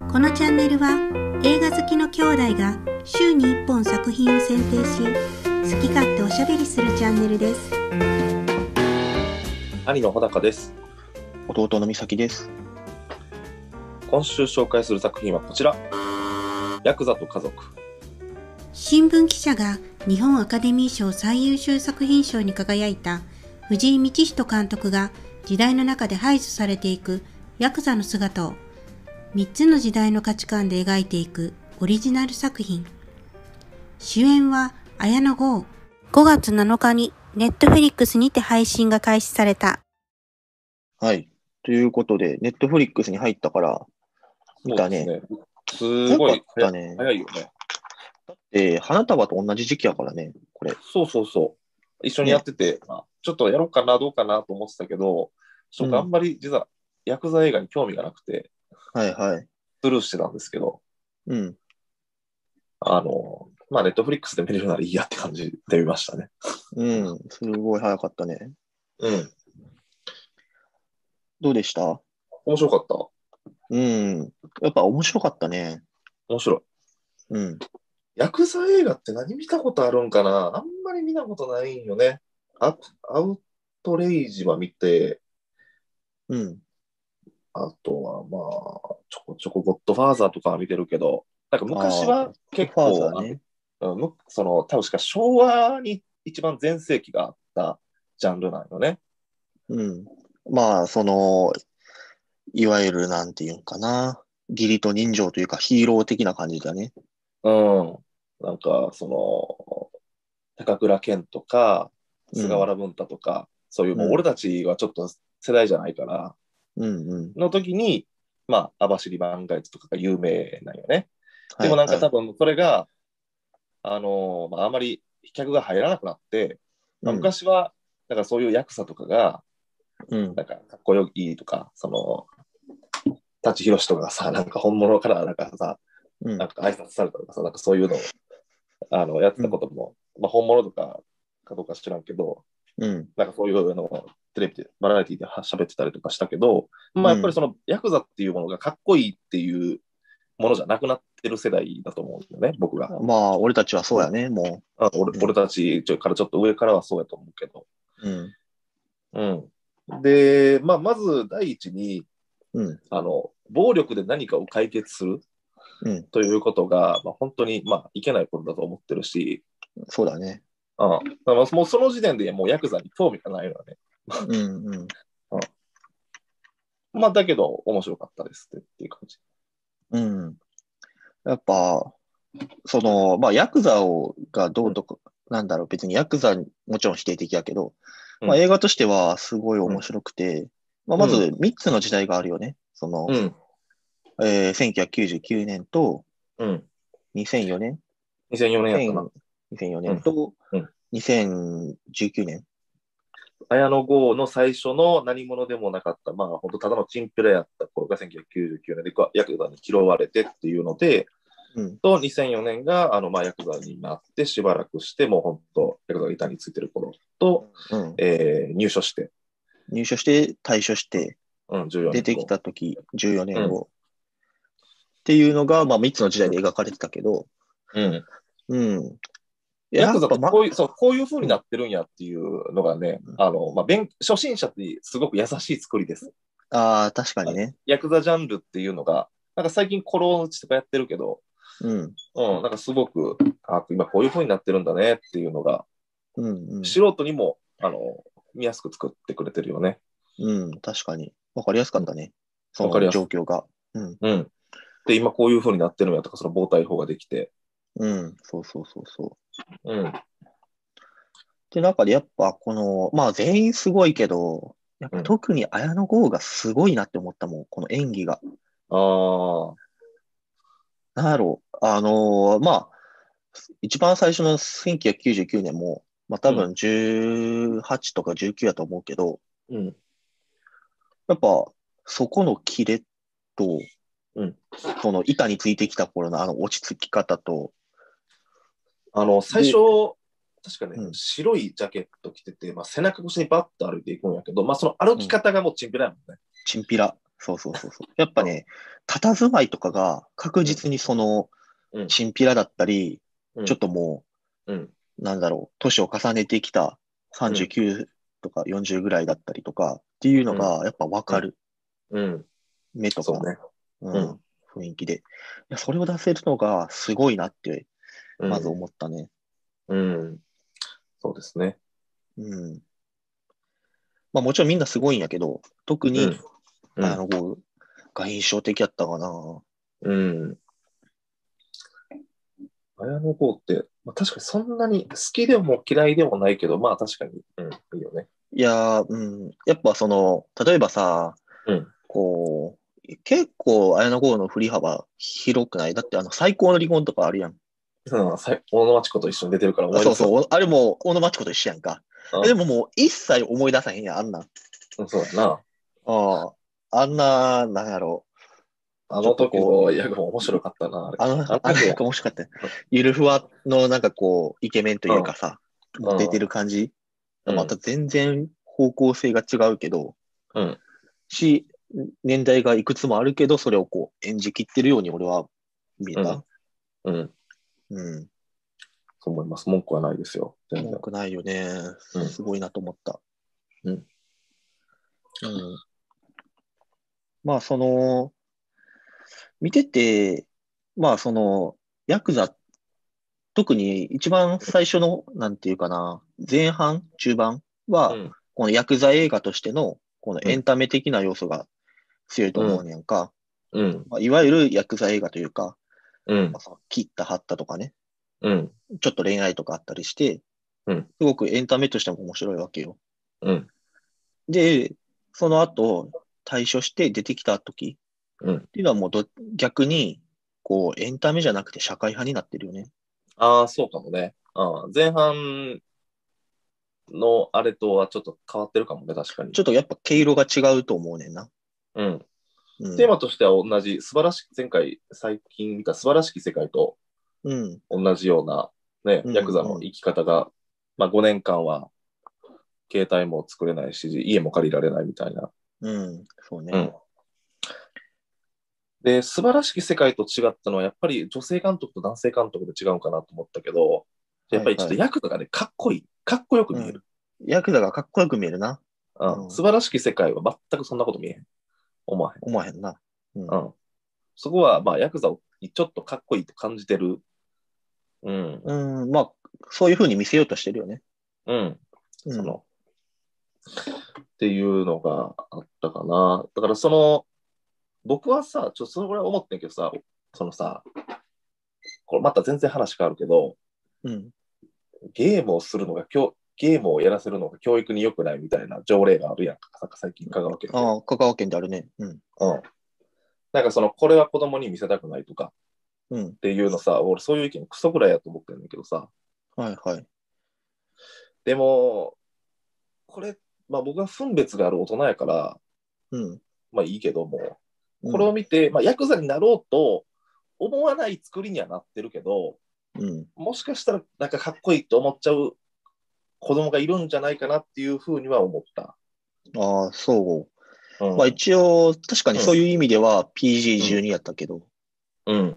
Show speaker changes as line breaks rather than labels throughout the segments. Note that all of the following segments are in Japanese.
このチャンネルは映画好きの兄弟が週に1本作品を選定し好き勝手おしゃべりするチャンネルです
兄の穂高です
弟の美咲です。
今週紹介する作品はこちらヤクザと家族
新聞記者が日本アカデミー賞最優秀作品賞に輝いた藤井道人監督が時代の中で排除されていくヤクザの姿を3つの時代の価値観で描いていくオリジナル作品主演は綾野剛5月7日にネットフェリックスにて配信が開始された
はい。ということで、ネットフリックスに入ったから、見たね。
そうですねすご
よ
い
かったね。
早いよね
えー花束と同じ時期やからね、これ。
そうそうそう一緒にやってて、ちょっとやろうかなどうかなと思ってたけどちょっとあんまり実はヤクザ映画に興味がなくて
はいはい。
スルーしてたんですけど
うん。
あのまあネットフリックスで見れるならいいやって感じで見ましたね
うん。すごい早かったね。
うん
どうでした
面白かった
うん。やっぱ面白かったね。
面白い
うん。
ヤクザ映画って何見たことあるんかなあんまり見たことないんよね。アアウトレイジは見て、
うん。
あとはまあ、ちょこちょこゴッドファーザーとかは見てるけど、なんか昔は結
ファー
構、
ザーね。
うんむその、多分しか昭和に一番全盛期があったジャンルなんよね。
うん。まあ、その、いわゆるなんていうんかな。義理と人情というかヒーロー的な感じだね。
うん。なんか、その、高倉健とか、
うん
菅原文太とか、そういう、もううん俺たちはちょっと世代じゃないから、
うんうん。
の時に、まあ、網走万が一とかが有名なんよね。
は
で
い
もなんか
はい
多分これが、あのーまあ、あまり客が入らなくなって、まあ、
うん
昔は、なんかそういうヤクザとかが、
うん。
なんかかっこよいとか、その、舘ひろしとかがさ、なんか本物からなんかさ、
うん
なん。か挨拶されたとかさ、なんかそういうのを、あの、やってたことも、まあ本物とかかどうか知らんけど、
うん。
なんかそういうあのテレビで、バラエティでは喋ってたりとかしたけど、まあやっぱりそのヤクザっていうものがかっこいいっていうものじゃなくなってる世代だと思うんだよね、僕が。
まあ、俺たちはそうやね、も
あ俺俺たちちょからちょっと上からはそうやと思うけど。
う。うん。
うん、で、まあ、まず第一に
うん。
あの、暴力で何かを解決する
うん。
ということが、まあ、本当に、まあ、いけないことだと思ってるし、
そうだね。
うん、だからもうその時点でもうヤクザに興味がないのはね。
うん。うん。
まあ、だけど面白かったですってっていう感じ。
うん。やっぱ、その、まあ、ヤクザをがどうとか、なんだろう、別にヤクザ、もちろん否定的やけど、まあ、
うん
映画としてはすごい面白くて、まあ、まず3つの時代があるよね。その、
うん。
えー、1999年と
うん。
2004年、
2004年やったな。
2004年と
うん
2019年。
綾野剛の最初の何者でもなかった、まあ、本当ただのチンピラやった頃が1999年でヤクザに拾われてっていうので、
うん。
と2004年があの、まあ、ヤクザになってしばらくして、もう本当、ヤクザが板についてる頃と、
うん。
えー入所して、
入所して、退所して、
うん、14年後
出てき。た時14年後、っていうのが、まあ、3つの時代で描かれてたけど、
うん、
うん。
ヤクザって
やっぱま
こういう、そうこういう風になってるんやっていうのがね、あのまあ、勉初心者ってすごく優しい作りです。
ああ、確かにね。
ヤクザジャンルっていうのが、なんか最近、コロ打ちとかやってるけど、
うん。
うん、なんかすごく、あ今こういう風になってるんだねっていうのが、
うん、うん。
素人にも、あの、見やすく作ってくれてるよね。
うん、確かに。わかりやすかったね。そ
わかり
の
やすい
状況が。うん。
うん。で、今こういう風になってるんやとか、その防体法ができて。
うん。そうそうそうそう。
うん。
で、中でやっぱこの、まあ全員すごいけど、やっ
うん
ぱ特に綾野剛がすごいなって思ったもん、この演技が。
あ
なんやろう、あのーまあ、一番最初の1999年も、まあ多分18とか19やと思うけど、
あ。うん。
やっぱそこのキレと
うん、
その板についてきた頃のあの落ち着き方と、
あの、最初、確かね、
うん
白いジャケット着てて、まあ、背中越しにバッと歩いていくんやけど、まあ、その歩き方がもうチンピラやもんね。
チンピラ。そうそうそうそう。やっぱね、佇まいとかが確実にその、
うん
チンピラだったり、
うん
ちょっとも
うん。
う、なんだろう、年を重ねてきた39とか40ぐらいだったりとかっていうのが、やっぱわかる。
うん。
目と
そう
か、
ね。
うん
うん
雰囲気で。いや、それを出せるのがすごいなって、
うん
まず思ったね。
うん。そうですね。
うん。まあもちろんみんなすごいんやけど、特に、
うんうん
あの子が印象的やったかな。
うん。綾野剛って、まあ、確かにそんなに好きでも嫌いでもないけど、まあ確かに、うん、いいよね。
いやー、うん。やっぱその、例えばさ、
うん
こう、結構綾野剛の振り幅広くないだってあの、最高の離婚とかあるやん。
うん、さ小野町子と一緒に出てるから思い
そう
出す
そう。あれも、小野真知子と一緒やんか。
うん
でももう一切思い出さへんやん、あんなん。
うんそうだな。
ああ、あんな、なんやろ。
あの時の役も面白かったな、あれ。
あの、
あの
あの
時
なんか面白かったよ。ゆるふわのなんかこう、イケメンというかさ、
うん
もう出てる感じ。
うん
また全然方向性が違うけど、
うん
し、年代がいくつもあるけど、それをこう演じきってるように俺は見えた。
うん、
うん。
そう思います。文句はないですよ。全然
文。句ないよね。
うん
すごいなと思った。
うん。
うん。まあ、その、見てて、まあ、その、ヤクザ、特に一番最初の、なんていうかな、前半、中盤は、
うん
このヤクザ映画としての、このエンタメ的な要素が強いと思うねんか。
うん、
まあ、いわゆるヤクザ映画というか、
うん
まあ、その切った貼ったとかね、
うん、
ちょっと恋愛とかあったりして、
うん
すごくエンタメとしても面白いわけよ。
うん、
で、その後、退所して出てきた時
うん
っ。ていうのはもうど逆に、こう、エンタメじゃなくて社会派になってるよね。
ああ、そうかもね。あー前半のあれとはちょっと変わってるかもね、確かに。
ちょっとやっぱ毛色が違うと思うねんな。
うん。
うん。
テーマとしては同じ、素晴らしき、前回、最近見た素晴らしき世界と
うん。
同じような、ね、
うん
ヤクザの生き方が、まあ5年間は、携帯も作れないし、家も借りられないみたいな。
うん。そうね。
うんで、素晴らしき世界と違ったのは、やっぱり女性監督と男性監督で違うんかなと思ったけど、やっぱりちょっとヤクザがね、かっこいい。かっこよく見える。
ヤクザがかっこよく見えるな。
う
うん
ん、素晴らしき世界は全くそんなこと見えへん。思わへん。
思わへんな。うん。
うん。そこは、まあ、ヤクザをちょっとかっこいいと感じてる。うん。
うん、まあ、そういうふうに見せようとしてるよね。
うん。
うん
その、っていうのがあったかな。だから、その、僕はさ、ちょっとそれぐらい思ってんけどさ、そのさ、これまた全然話変わるけど、
うん。
ゲームをするのが教、ゲームをやらせるのが教育に良くないみたいな条例があるやんか、なんか最近香川県で。
ああ、香川県であるね。うん。
うん。なんかその、これは子供に見せたくないとか、
うん
っ。ていうのさ、俺そういう意見クソぐらいやと思ってるんだけどさ、
はいはい。
でも、これ、まあ僕は分別がある大人やから、
うん。
まあいいけども、
うん
これを見て、まあヤクザになろうと思わない作りにはなってるけど、
うん。
もしかしたらなんかかっこいいと思っちゃう子供がいるんじゃないかなっていうふうには思った。
ああ、そう。
うん。
まあ一応、確かにそういう意味では PG12 やったけど。
うん、だ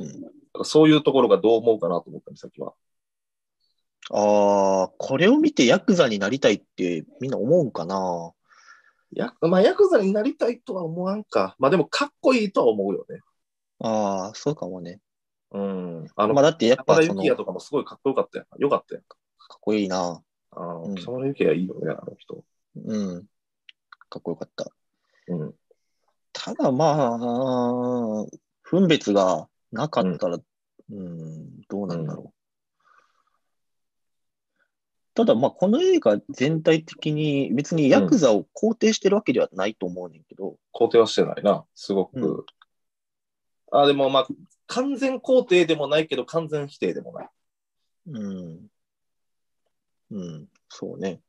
うん
からそういうところがどう思うかなと思ったの、さっきは。
ああ、これを見てヤクザになりたいってみんな思うんかな。
やまあ、ヤクザになりたいとは思わんか。まあでも、かっこいいとは思うよね。
ああ、そうかもね。
うん。あの、
まあだってやっ
山
ぱ
田
そ
幸
の、
也
か
とかもすごいかっこよかったやんか。よかったやんか。
っこいいな。
あ
う
あ、
ん
北村幸也いいよね、あの人。
うん。かっこよかった。
うん。
ただまあ、分別がなかったら、うん、どうなんだろう。ただまあ、この映画全体的に別にヤクザを肯定してるわけではないと思うねんけど、
肯定はしてないな、すごく。
うん
あ、でもまあ、完全肯定でもないけど、完全否定でもない。
うん。うん、そうね。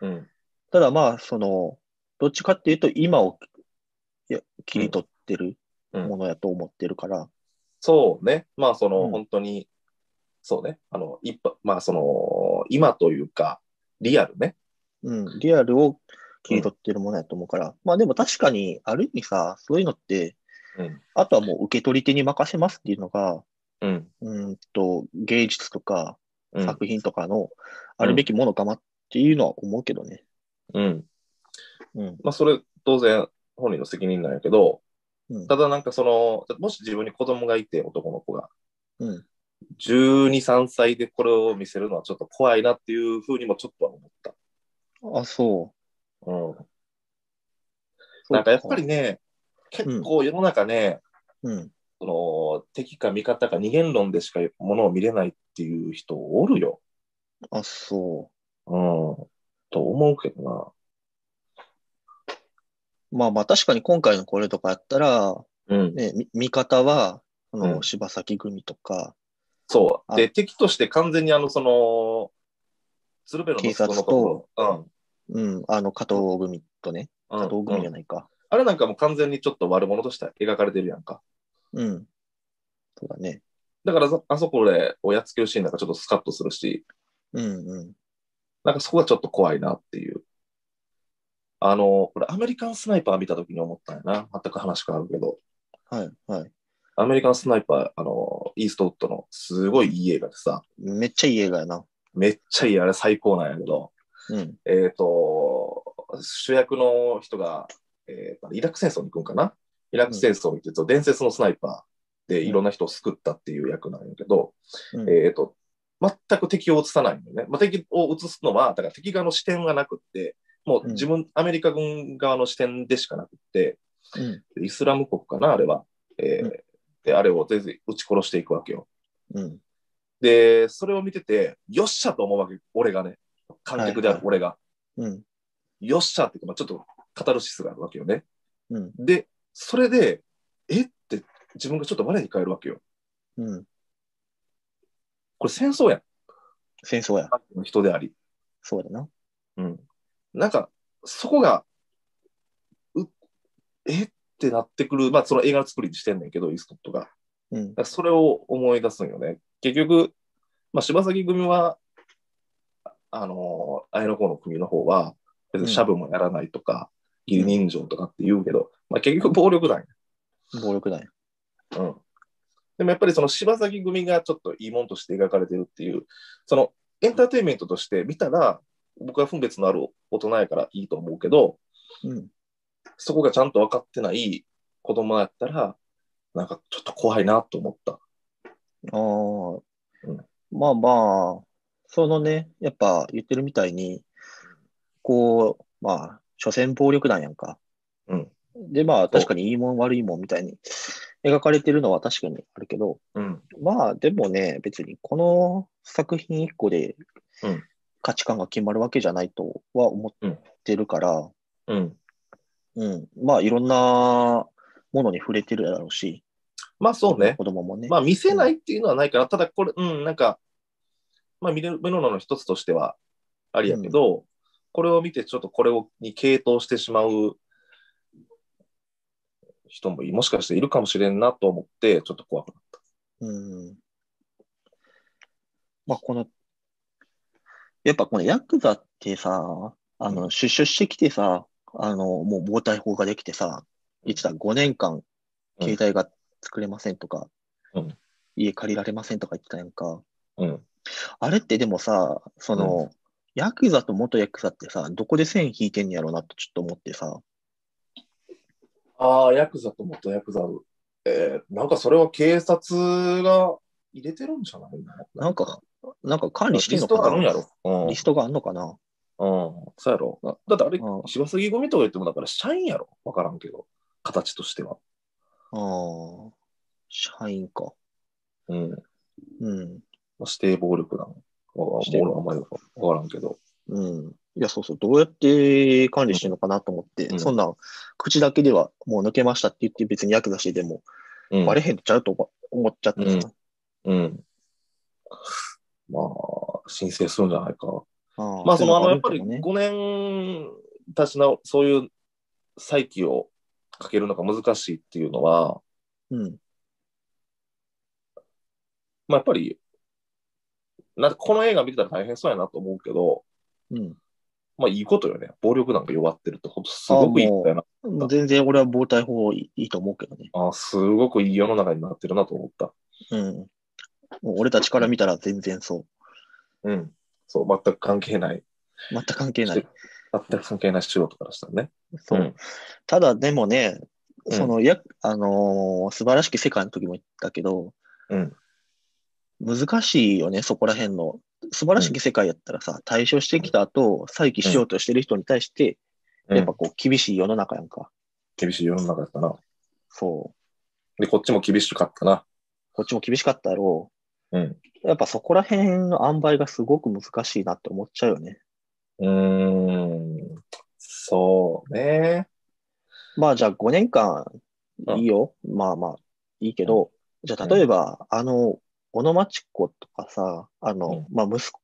うん。
ただまあ、その、どっちかっていうと今をいや切り取ってる
うん
ものやと思ってるから、
そうね。まあ、その、
うん
本当に、そうね。あの、一般、まあ、その、今というか、リアルね。
うん、リアルを切り取ってるものやと思うから、まあでも確かに、ある意味さ、そういうのって、
うん
あとはもう受け取り手に任せますっていうのが、
うん。
うーんと、芸術とか
うん
作品とかのあるべきものかなっていうのは思うけどね。
うん。
うん。
まあ、それ、当然、本人の責任なんやけど、
うん
ただなんかその、もし自分に子供がいて、男の子が、
うん。
12、3歳でこれを見せるのはちょっと怖いなっていうふうにもちょっとは思った。
あ、そう。
うん。
そう
なんかやっぱりね、結構世の中ね、
うん。
その敵か味方か二元論でしかものを見れないっていう人おるよ。
あ、そ
うん。と思うけどな。
う。まあまあ確かに今回のこれとかやったら、
うん、
ね、み味方は、そうの、
ん
柴崎組とか、
そう。で、
あ
敵として完全にあの、その、鶴瓶の息子のところ、
うん、あの、加藤組とね、
うん、
加藤組
うん
じゃないか。
あれなんかもう完全にちょっと悪者として描かれてるやんか。
うん。そうだね。
だからそあそこでおやっつけるシーンなんかちょっとスカッとするし、
うんうん。
なんかそこがちょっと怖いなっていう。あの、これアメリカンスナイパー見た時に思ったんやな。全く話変わるけど。
はい、はい。
アメリカンスナイパー、あの、イーストウッドのすごいいい映画でさ、
めっちゃいい映画やな。
めっちゃいい、あれ最高なんやけど、
うん。
えっ、と、主役の人が、えーイラク戦争に行くんかなイラク戦争に行って、伝説のスナイパーでいろんな人を救ったっていう役なんやけど、
うん
えっ、と、全く敵を映さないんだよね。まあ、敵を映すのは、だから敵側の視点がなくって、もう自分、アメリカ軍側の視点でしかなくって、
うん。
イスラム国かな、あれは。えー
う
で、あれを全然撃ち殺していくわけよ。
うん。
で、それを見てて、よっしゃと思うわけ、俺がね、観客である俺が、
うん。
よっしゃって、まあ、ちょっとカタルシスがあるわけよね。
うん。
で、それで、えって自分がちょっと我に返るわけよ。
うん。
これ戦争やん。
戦争や。
人であり。
そうだな。
うん。なんか、そこが、うえってなってくる、まあ、その映画の作りにしてんねんけど、イーストウッドが。
うん
だか。らそれを思い出すんよね。結局、まあ、柴崎組は、ああのー、綾野子の組の方は、別にシャブもやらないとか、義理人情とかって言うけど、まあ、結局暴力団
暴力団や。
や。うん。でもやっぱりその柴崎組がちょっといいもんとして描かれてるっていう、そのエンターテインメントとして見たら、僕は分別のある大人やからいいと思うけど、
うん。
そこがちゃんと分かってない子供やったら、なんかちょっと怖いなと思った。
ああ
うん、
まあまあ、そのね、やっぱ言ってるみたいに、こう、まあ、所詮暴力団やんか。
うん
で、まあ、確かにいいもん悪いもんみたいに描かれてるのは確かにあるけど、
うん。
まあ、でもね、別にこの作品一個で
うん
価値観が決まるわけじゃないとは思ってるから、
うん。
うん、まあ、いろんなものに触れてるだろうし、
まあそうね。
子供もね。
まあ見せないっていうのはないから、ただこれ、うん、なんか、まあ見れる目のの一つとしてはありやけど、これを見てちょっとこれをに傾倒してしまう人もいもしかしているかもしれんなと思って、ちょっと怖くなっ
うん。まあ、この、やっぱこのヤクザってさ、あの、出所してきてさ、あの、もう防対法ができてさ、いつだ、5年間、
うん
携帯が作れませんとか
うん、
家借りられませんとか言ってたやんか。
た。うん。
あれってでもさ、その、ヤクザと元ヤクザってさ、どこで線引いてんやろうなとちょっと思ってさ、
ああ、ヤクザと元ヤクザ。えー、なんかそれは警察が入れてるんじゃないの
なんか、なんか管
リ
理してん
ス
の
トがあ
か
るん
な
やろ。うん。うん
リ。ストがあんのかな
そうやろ。だってあれ
う、ん
柴杉組とか言っても、だから社員やろ。わからんけど、形としては。
ああ、社員か。
うん。
うん。
まあ指定暴力団は、
指定
俺はあんまりわからんけど。
うん。いや、そうそう。どうやって管理してるのかなと思って、
うん
そんなん、口だけではもう抜けましたって言って別にヤクザしてでも、
うん
バレへんとちゃうと思思っちゃったじゃん。
うん。まあ、申請するんじゃないか。
あ
まあ、その、あの、やっぱり
ね。
5年たちの、そういう再起をかけるのが難しいっていうのは、
うん。
まあ、やっぱり、なんかこの映画見てたら大変そうやなと思うけど、
うん。
まあいいことよね。暴力団が弱ってると、ほんとすごくいいんだよな。
もう全然俺は防体法いいと思うけどね。
ああ、すごくいい世の中になってるなと思った。
うん。もう俺たちから見たら全然そ
う
う。
ん。そう、全く関係ない。
全く関係ない。
全く関係ない仕事からしたらね。
そう。
うん
ただでもね、
うん
その、や、あのー素晴らしき世界の時も言ったけど、
うん。
難しいよね、そこら辺の。素晴らしき世界やったらさ、対処してきた後、再起しようとしてる人に対して、
うん
やっぱこう、厳しい世の中やんか。
厳しい世の中だったな。
そう。
で、こっちも厳しかったな。
こっちも厳しかったやろ
うん。
う。やっぱそこら辺の塩梅がすごく難しいなって思っちゃうよね。
うーん。そうね。
まあじゃあ5年間
うん
いいよ。まあまあいいけど、じゃあ例えば、あの、小野町子とかさ、あの、まあ息子、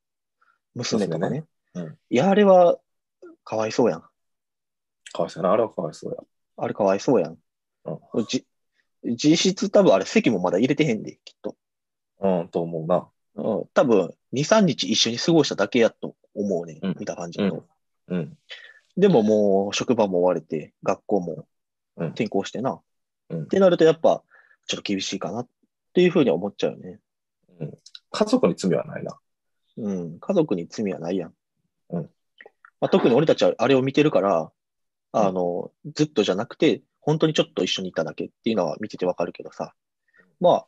娘とかね。
娘ねうん
いや、あれはかわいそうやん。
かわいそうやな。あれはかわいそうや。
あれかわいそうやん。
うん
じ実質多分あれ席もまだ入れてへんで、きっと。
うん、と思うな。
うん、多分2、3日一緒に過ごしただけやと思うね、
うん
見た感じだと。
うん。
でももう職場も追われて、学校も
うん
転校してな。
うん
ってなるとやっぱちょっと厳しいかなっていうふうに思っちゃうよね。
家族に罪はないな。
うん。家族に罪はないやん。
うん
まあ、特に俺たちはあれを見てるから、あの、ずっとじゃなくて、本当にちょっと一緒にいただけっていうのは見ててわかるけどさ。まあ、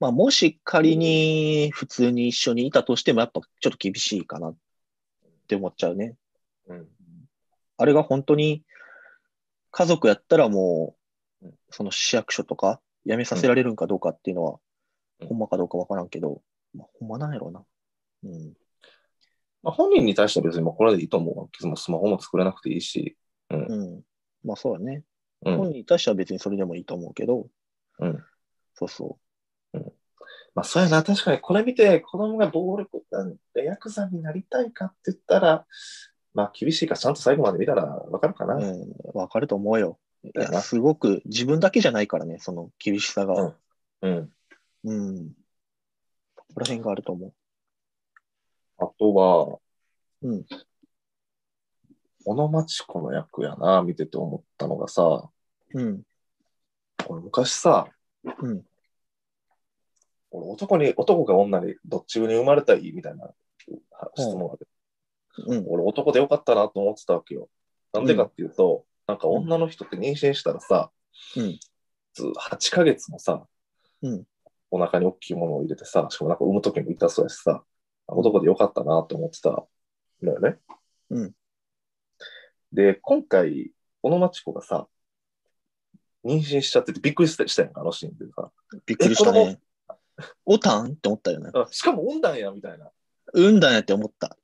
まあ、もし仮に普通に一緒にいたとしても、やっぱちょっと厳しいかなって思っちゃうね。
うん。
あれが本当に家族やったらもう
うん、
その市役所とか辞めさせられるんかどうかっていうのは、
うん
ほんまかどうかわからんけど、まあ、ほんまなんやろうな。うん。
まあ、本人に対しては別にもうこれでいいと思うわけ。もうスマホも作れなくていいし。
うん。まあそうだね。
う
本
ん。
人に対しては別にそれでもいいと思うけど、
うん。
そうそ
まあ、そうやな。確かにこれ見て、子供が暴力団でヤクザになりたいかって言ったら、まあ、厳しいから、ちゃんと最後まで見たらわかるかな。
う。うん。わかると思うよ。い
だよ
や、
な
すごく自分だけじゃないからね、その厳しさが。
うん。
うん。そこら辺があると思
あとは、
うん。
小野町子の役やな、見てて思ったのがさ、
う。うん。
俺昔さ、
うん。
俺男に、男か女にどっちに生まれたいみたいなは質問があって、
うん。
俺男でよかったなと思ってたわけよ。なんでかっていうと、なんか女の人って妊娠したらさ、
うん
ず8ヶ月もさ、
うん
お腹に大きいものを入れてさ、しかもなんか産む時も痛そうやしさ、男でよかったなと思ってたのよね。
うん
で、今回、小野町子がさ、妊娠しちゃっててびっくりしたしたやんか、あのシーンでさ。
びっくりした
え子
ね。おたんって思ったよね。
あしかも産んだんや、みたいな。
うんだねって思った。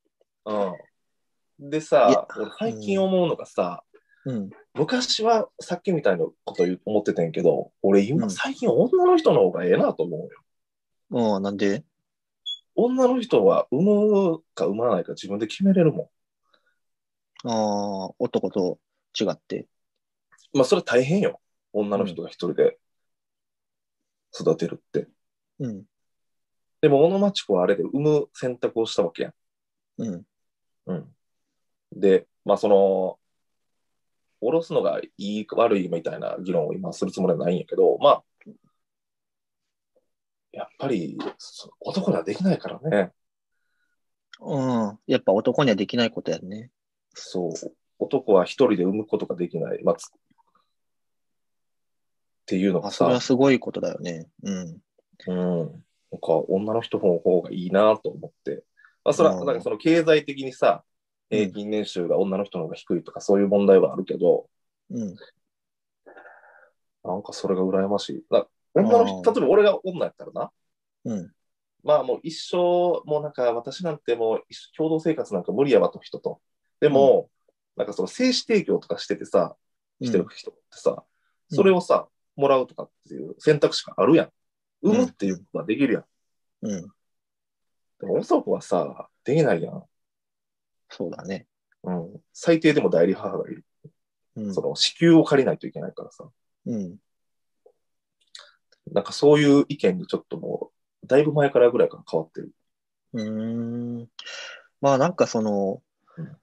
うん。で
い
さ
や、
俺最近思うのがさ、
うん。
昔はさっきみたいなこと言う思ってたんやけど、俺今、
うん
最近女の人の方がええなと思うよ。
うん、なんで
女の人は産むか産まないか自分で決めれるも
ああ、男と違って。
ん。まあそれは大変よ。女の人が一人で育てるって。
うん、
でも、小野町子はあれで産む選択をしたわけやん。
うん、
うん。で、まあその、下ろすのがいい悪いみたいな議論を今するつもりはないんやけど、まあ、やっぱりそ男らできないからね。
うん。やっぱ男にはできないことやね。
そう。男は一人で産むことができない。まあ、つっていうの
あ、
が
それ
さ
は、すごいことだよね。うん、
うん。なんか女の人の方がいいなと思って。まあ、それは、
うん
なんかその経済的にさ、平均年収が女の人の方が低いとかそういう問題はあるけど、
うん、
なんかそれが羨ましい。だ女の人、
あー
例えば俺が女やったらな、
うん、
まあもう一生、もうなんか私なんてもう一生共同生活なんか無理やわと人と。でも、なんかその精子提供とかしててさ、してる人ってさ、
うん
それをさ、もらうとかっていう選択肢があるやん。産むっていうことができるやん。
うん。
でも男はさ、できないやん。
そうだね。
うん、最低でも代理母がいる。
うん
そ、の子宮を借りないといけないからさ。
うん。
なんかそういう意見にちょっともう、だいぶ前からぐらいから変わってる。
うーん。まあなんかその
うん、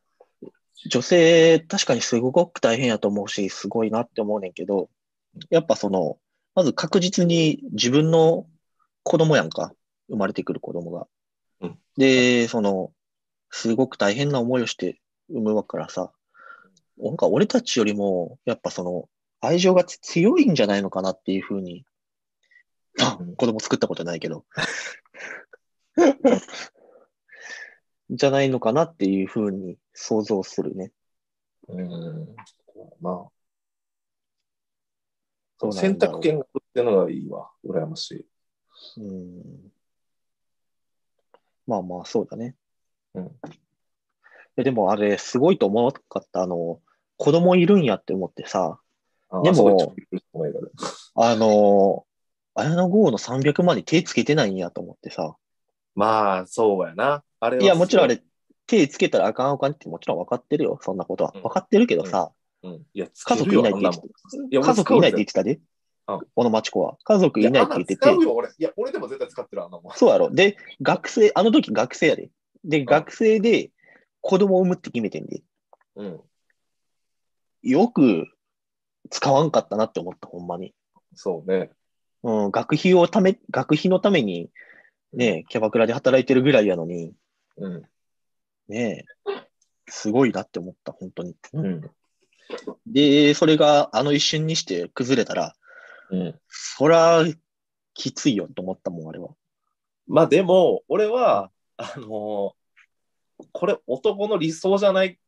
女性、確かにすごく大変やと思うし、すごいなって思うねんけど、やっぱその、まず確実に自分の子供やんか、生まれてくる子供が
うん。
で、その、すごく大変な思いをして産むわけからさ、なんか俺たちよりも、やっぱその、愛情がつ強いんじゃないのかなっていうふうに、あ
うん
子供作ったことないけど。じゃないのかなっていうふうに想像するね。
うん。まあ。
そうなんだろう
選択権があるっていうのがいいわ。羨ましい。
うん。まあまあ、そうだね。
うん
えでもあれ、すごいと思わなかった。あの、子供いるんやって思ってさ、
あ
でも
あそこ一番びっくりしたこの映画で
あの、綾野剛の300まで手つけてないんやと思ってさ、
まあ、そうやな。あれはい
や、もちろんあれ、、手つけたらあかんあかんってもちろん分かってるよ、そんなことは。
うん
分かってるけどさ、
うん、いや、
家族いないって言って
つけるよ
家族いないって言っ
って
た
う
で、
ん
小野町子は。家族
て
いないって言ってて
使、うよ、俺。いや、俺でも絶対使ってる、あんなもん。
そうやろ。で、学生、あの時学生やで。で、学生で子供を産むって決めてんで、
うん。
よく使わんかったなって思った、ほんまに。
そうね。
うん、学費をため、学費のために、ね、キャバクラで働いてるぐらいやのに、
うん。
ね、すごいなって思った、本当に。
うん。
で、それがあの一瞬にして崩れたら、
うん。
そら、きついよと思ったもん、あれは。
まあ、でも、俺は、あのーこれ、男の理想じゃない、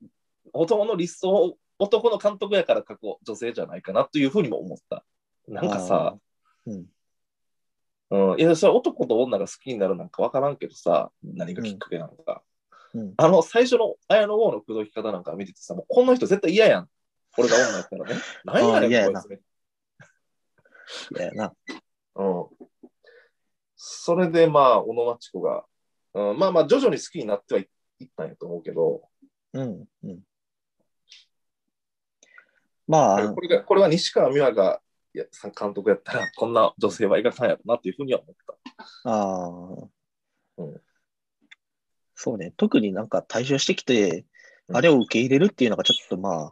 男の理想、男の監督やから過去、女性じゃないかなというふうにも思った。なんかさ、
うん、
うん、いや、それ男と女が好きになるなんか分からんけどさ、何がきっかけなのか。
うん
あの、最初の綾野剛の口説き方なんか見ててさ、もうこんな人絶対嫌やん。俺が女やったらね。何や
あー嫌
ね
や
ん、こ
ない
つね。
いやな。
うん。それでまあ、小野町子が、うん、まあまあ、徐々に好きになってはいいったんやと思うけど、
うん、うん。まあ
こ、れがこれは西川美和がいやさ監督やったら、こんな女性は描かんやろなっていうふうには思った。
ああ、
うん
そうね。特になんか退場してきて、
うん
あれを受け入れるっていうのがちょっとまあ、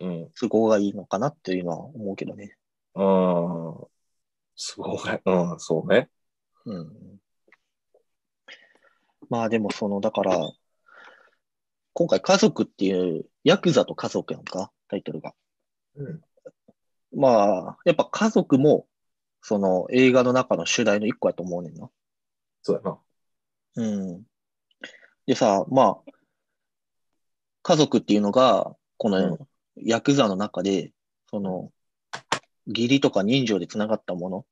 うん。
都合がいいのかなっていうのは思うけどね。
うん。すごい。うん、そうね。
うん。まあでもその、だから、今回家族っていう、ヤクザと家族やんか、タイトルが。
うん。
まあ、やっぱ家族も、その映画の中の主題の一個やと思うねんな。
そうやな。
うん。でさ、まあ、家族っていうのが、このヤクザの中で、その、義理とか人情でつながったもの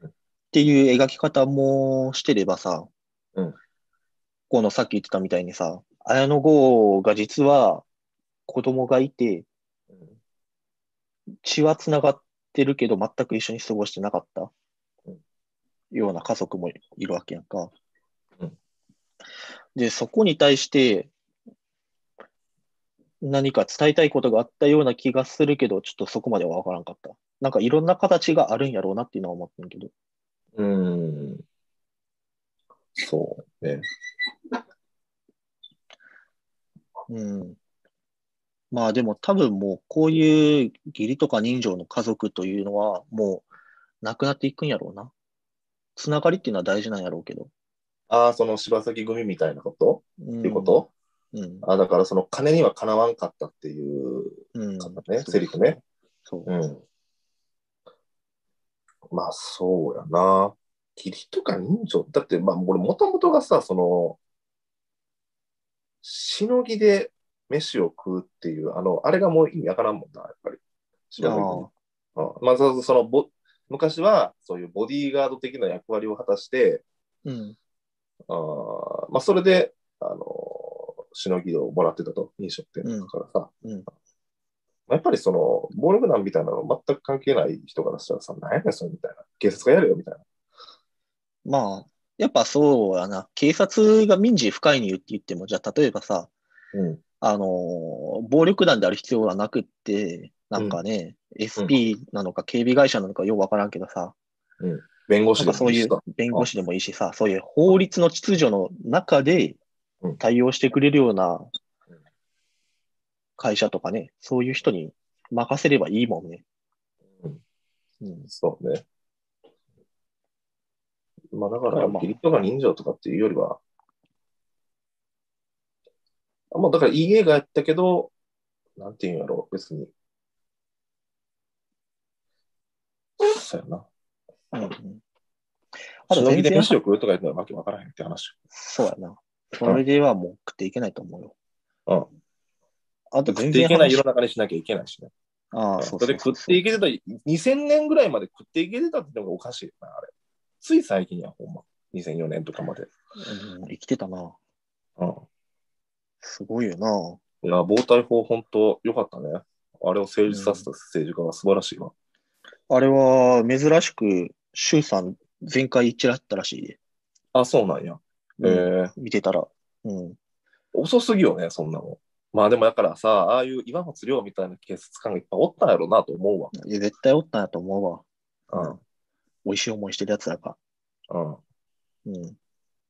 うん
っていう描き方もしてればさ
うん、
このさっき言ってたみたいにさ、綾野剛が実は子供がいて、
うん
血はつながってるけど全く一緒に過ごしてなかった
うん
ような家族もいるわけやんか
うん。
で、そこに対して何か伝えたいことがあったような気がするけど、ちょっとそこまではわからんかった。なんかいろんな形があるんやろうなっていうのは思ってんけど。
うーん。そうね。
うん。まあでも多分もうこういう義理とか人情の家族というのはもうなくなっていくんやろうな。つながりっていうのは大事なんやろうけど。
ああ、その柴崎組みたいなこと
うん
っていうこと、
うん。
ああだからその金にはかなわんかったっていう
うん。
方ね、
そう
セリフね。。
そう。
うん。まあ、そうやな。義理とか人情、だって、まあ、俺、もともとがさ、その、しのぎで飯を食うっていう、あの、あれがもう意味わからんもんな、やっぱり。柴崎組
ああ
うんまあ、そうそうそのボ昔はそういうボディーガード的な役割を果たして、
うん。
あーまあ、それで、あのーしのぎをもらってたと、飲食店だからさ、
うんうん
まあやっぱりその暴力団みたいなの全く関係ない人からしたらさ、何やねん、それみたいな、警察がやるよみたいな。
まあ、やっぱそうやな。警察が民事不介入って言っても、じゃあ例えばさ、
うん、
あのー暴力団である必要はなくって、なんかね、SP なのか警備会社なのかようわからんけどさ、
弁護士
なん
で
か
も
そう
い
い
いうしさ
弁護士でもいいしさ、そういう法律の秩序の中で
うん
対応してくれるような
うん
会社とかね、そういう人に任せればいいもんね。
うん、そうね。まあだか
だから
ら、
まあ
義理とか人情とかっていうよりは、あまあだからいい映画やったけど、なんていうんやろう、別に。そうやな。
うんうん。あ
あ
と
のぎ
全
で
然
飯、を食うとか言ったらわけわからへんって話。
そうやな。それではもう食っていけないと思うよ。
うん。
あと
食
全
って
然
いけない世の
話
中にしなきゃいけないしね。
ああ、そうそう
れで食っていけてた、2000年ぐらいまで食っていけてたってのがおかしいよな、あれ。つい最近や、ほんま。2004年とかまで。
うん、生きてたな。
うん。
すごいよな。
いや、防体法、本当良かったね。あれを成立させた政治家が素晴らしいわ。
あれは珍しく、周さん全開一致だったらしいで。
あ、そうなんや。え
うん
ー
見てたら。うん。
遅すぎよね、そんなの。まあでもだからさ、ああいう岩松亮みたいな警察官がいっぱいおったんやろうなと思うわ。
いや、絶対おったんやと思うわ。
うん。
美味しい思いしてるやつらが。
うん。
う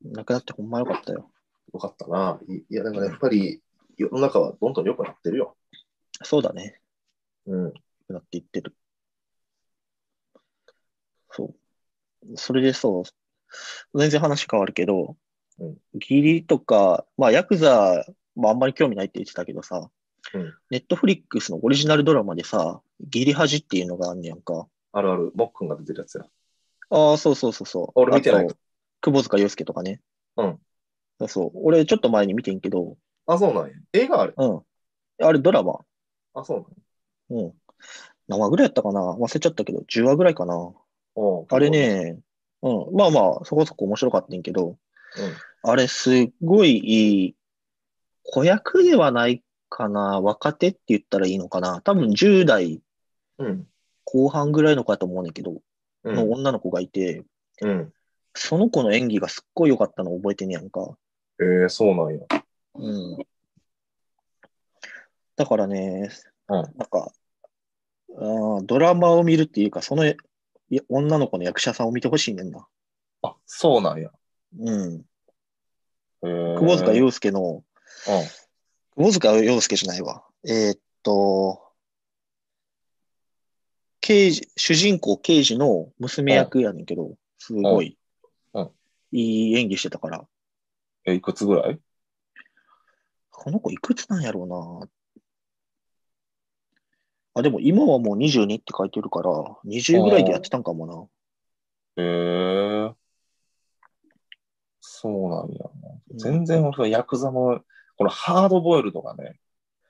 ん。なくなってほんまよかったよ。
よかったな。いいや、でもやっぱり世の中はどんどん良くなってるよ。
そうだね。
うん。
なっていってる。そう。それでそう、全然話変わるけど、
うん
義理とか、まあ、ヤクザもあんまり興味ないって言ってたけどさ
うん、
ネットフリックスのオリジナルドラマでさ、義理恥っていうのがあんねやんか。
あるある、もっくんが出てるやつや。
ああ、そうそうそうそう。
俺見てない
あと。窪塚洋介とかね。
うん。
そうそう。俺ちょっと前に見てんけど、
あ、そうなんや。映画ある。
うん。あれドラマ。
あ、そうなんや。
うん。何話ぐらいやったかな忘れちゃったけど、10話ぐらいかな。
おう
あれ。ね、うん、まあまあ、そこそこ面白かったんやけ
う
ど、
ん
あれすっごいいい、子役ではないかな、若手って言ったらいいのかな、多分10代
うん。
後半ぐらいの子やと思うねんだけど、
う
の
ん。
女の子がいて、
うん。
その子の演技がすっごい良かったの覚えてんねやんか。
えー、そうなんや。
うん。だからね、
うん
なんか、あードラマを見るっていうか、そのいや女の子の役者さんを見てほしいねんな。
あ、そうなんや。
うん。
えー、
窪塚洋介
う
の、
ん。
窪塚洋介じゃないわ。えーっと、刑事、主人公刑事の娘役やねんけど、すごい、
うんうん
いい演技してたから、
え、いくつぐらい
この子いくつなんやろうな。あ、でも今はもう22って書いてるから、20ぐらいでやってたんかもな。
へえ。そうなんや。全然俺はヤクザの、このハードボイルドがね、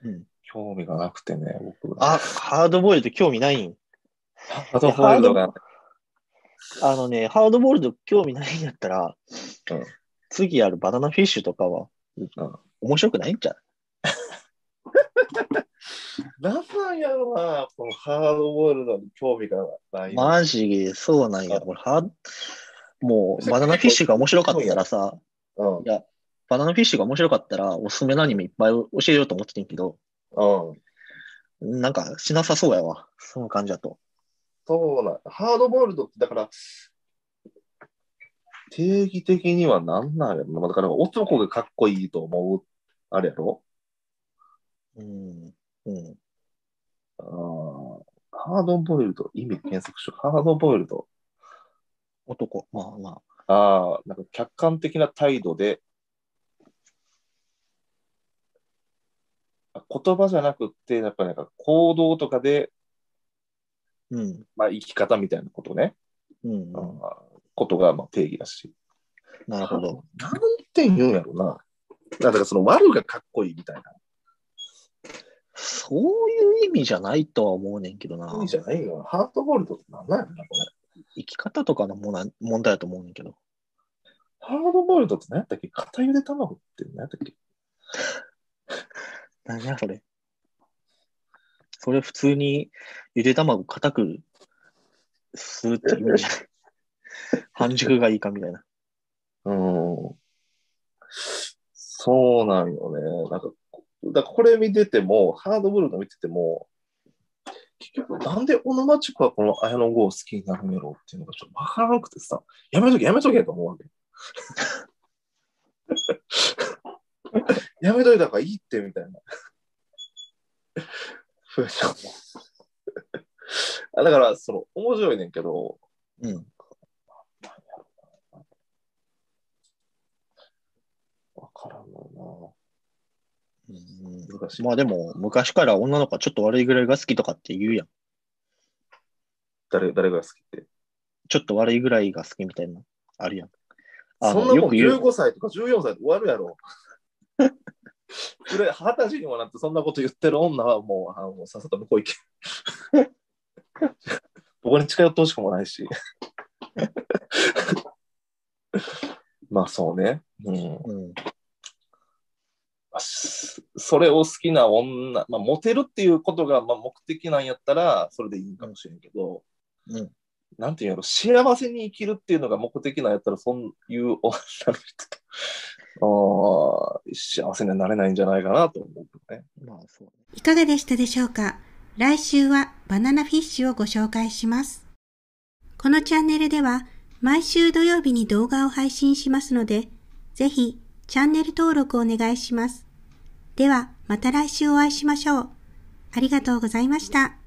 うん。
興味がなくてね、僕。
あ、ハードボイルド興味ないん
ハードボイルドが、
あのね、ハードボイルド興味ないんやったら、
うん
次やるバナナフィッシュとかは
うん
面白くないんちゃう
なんなんやろな、このハードボイルドに興味がない。
マジ、そうなんや。
あ
俺はもう、バナナフィッシュが面白かったらさ、
うん、うん
い。や、バナナフィッシュが面白かったら、おすすめのアニメいっぱい教えようと思ってんけど、なんかしなさそうやわ。その感じだと。
そうなん。ハードボイルドって、だから、定義的にはなんなんやろな。だから男がかっこいいと思う、あれやろ
うん。うん。
あーハードボイルド、意味検索しよう。ハードボイルド。
男。まあまあ。
ああ、なんか客観的な態度で、あ言葉じゃなくって、やっぱなんか行動とかで、
うん。
まあ、生き方みたいなことね、
うん。
あーことがまあ定義だし。
なるほど。
なんて言うんやろうな。だからその悪がかっこいいみたい
そういう意味じゃないとは思うねんけどな
な。意。味じゃないよな。ハードボイルドってなんなんやろな、これ。
生き方とかのもな問題だと思うねんけど。
ハードボイルドって何やったっけ片茹で卵って何やったっけ
何やそれ。それ普通にゆで卵固くするって意味じゃ ない。半熟がいいかみたいな。
うんそうなんよね。なんか、こだからこれ見てても、ハードボールド見てても、結局、なんでオノマチコはこの綾野剛を好きになるんやろうっていうのがちょっとわからなくてさ、やめとけ、やめとけと思うわけ。 やめといた方がいいってみたいな。 増えちゃうもんあだから、その、面白いねんけど、
うん。
わからんの
うん
よな。難しい。
まあでも、昔から女の子はちょっと悪いぐらいが好きとかって言うやん。
誰、誰が好きって。
ちょっと悪いぐらいが好きみたいな、あるやん。あ
そんな
の、よ
もん
く言う。
15歳とか14歳で終わるやろ。 それ、二十歳にもなってそんなこと言ってる女はもう、あもうさっさと向こう行け。 ここに近寄ってほしくもないし。 まあそうね。うん。
うん。
そそれを好きな女、まあ、モテるっていうことがまあ目的なんやったら、それでいいんかもしれんけど、
うん。
なんていうんやろ、幸せに生きるっていうのが目的なんやったら、そういう女の人と、ああ、幸せにはなれないんじゃないかなと思うけどね。
まあそう。
いかがでしたでしょうか来週はバナナフィッシュをご紹介します。このチャンネルでは毎週土曜日に動画を配信しますので、ぜひチャンネル登録お願いします。ではまた来週お会いしましょう。ありがとうございました。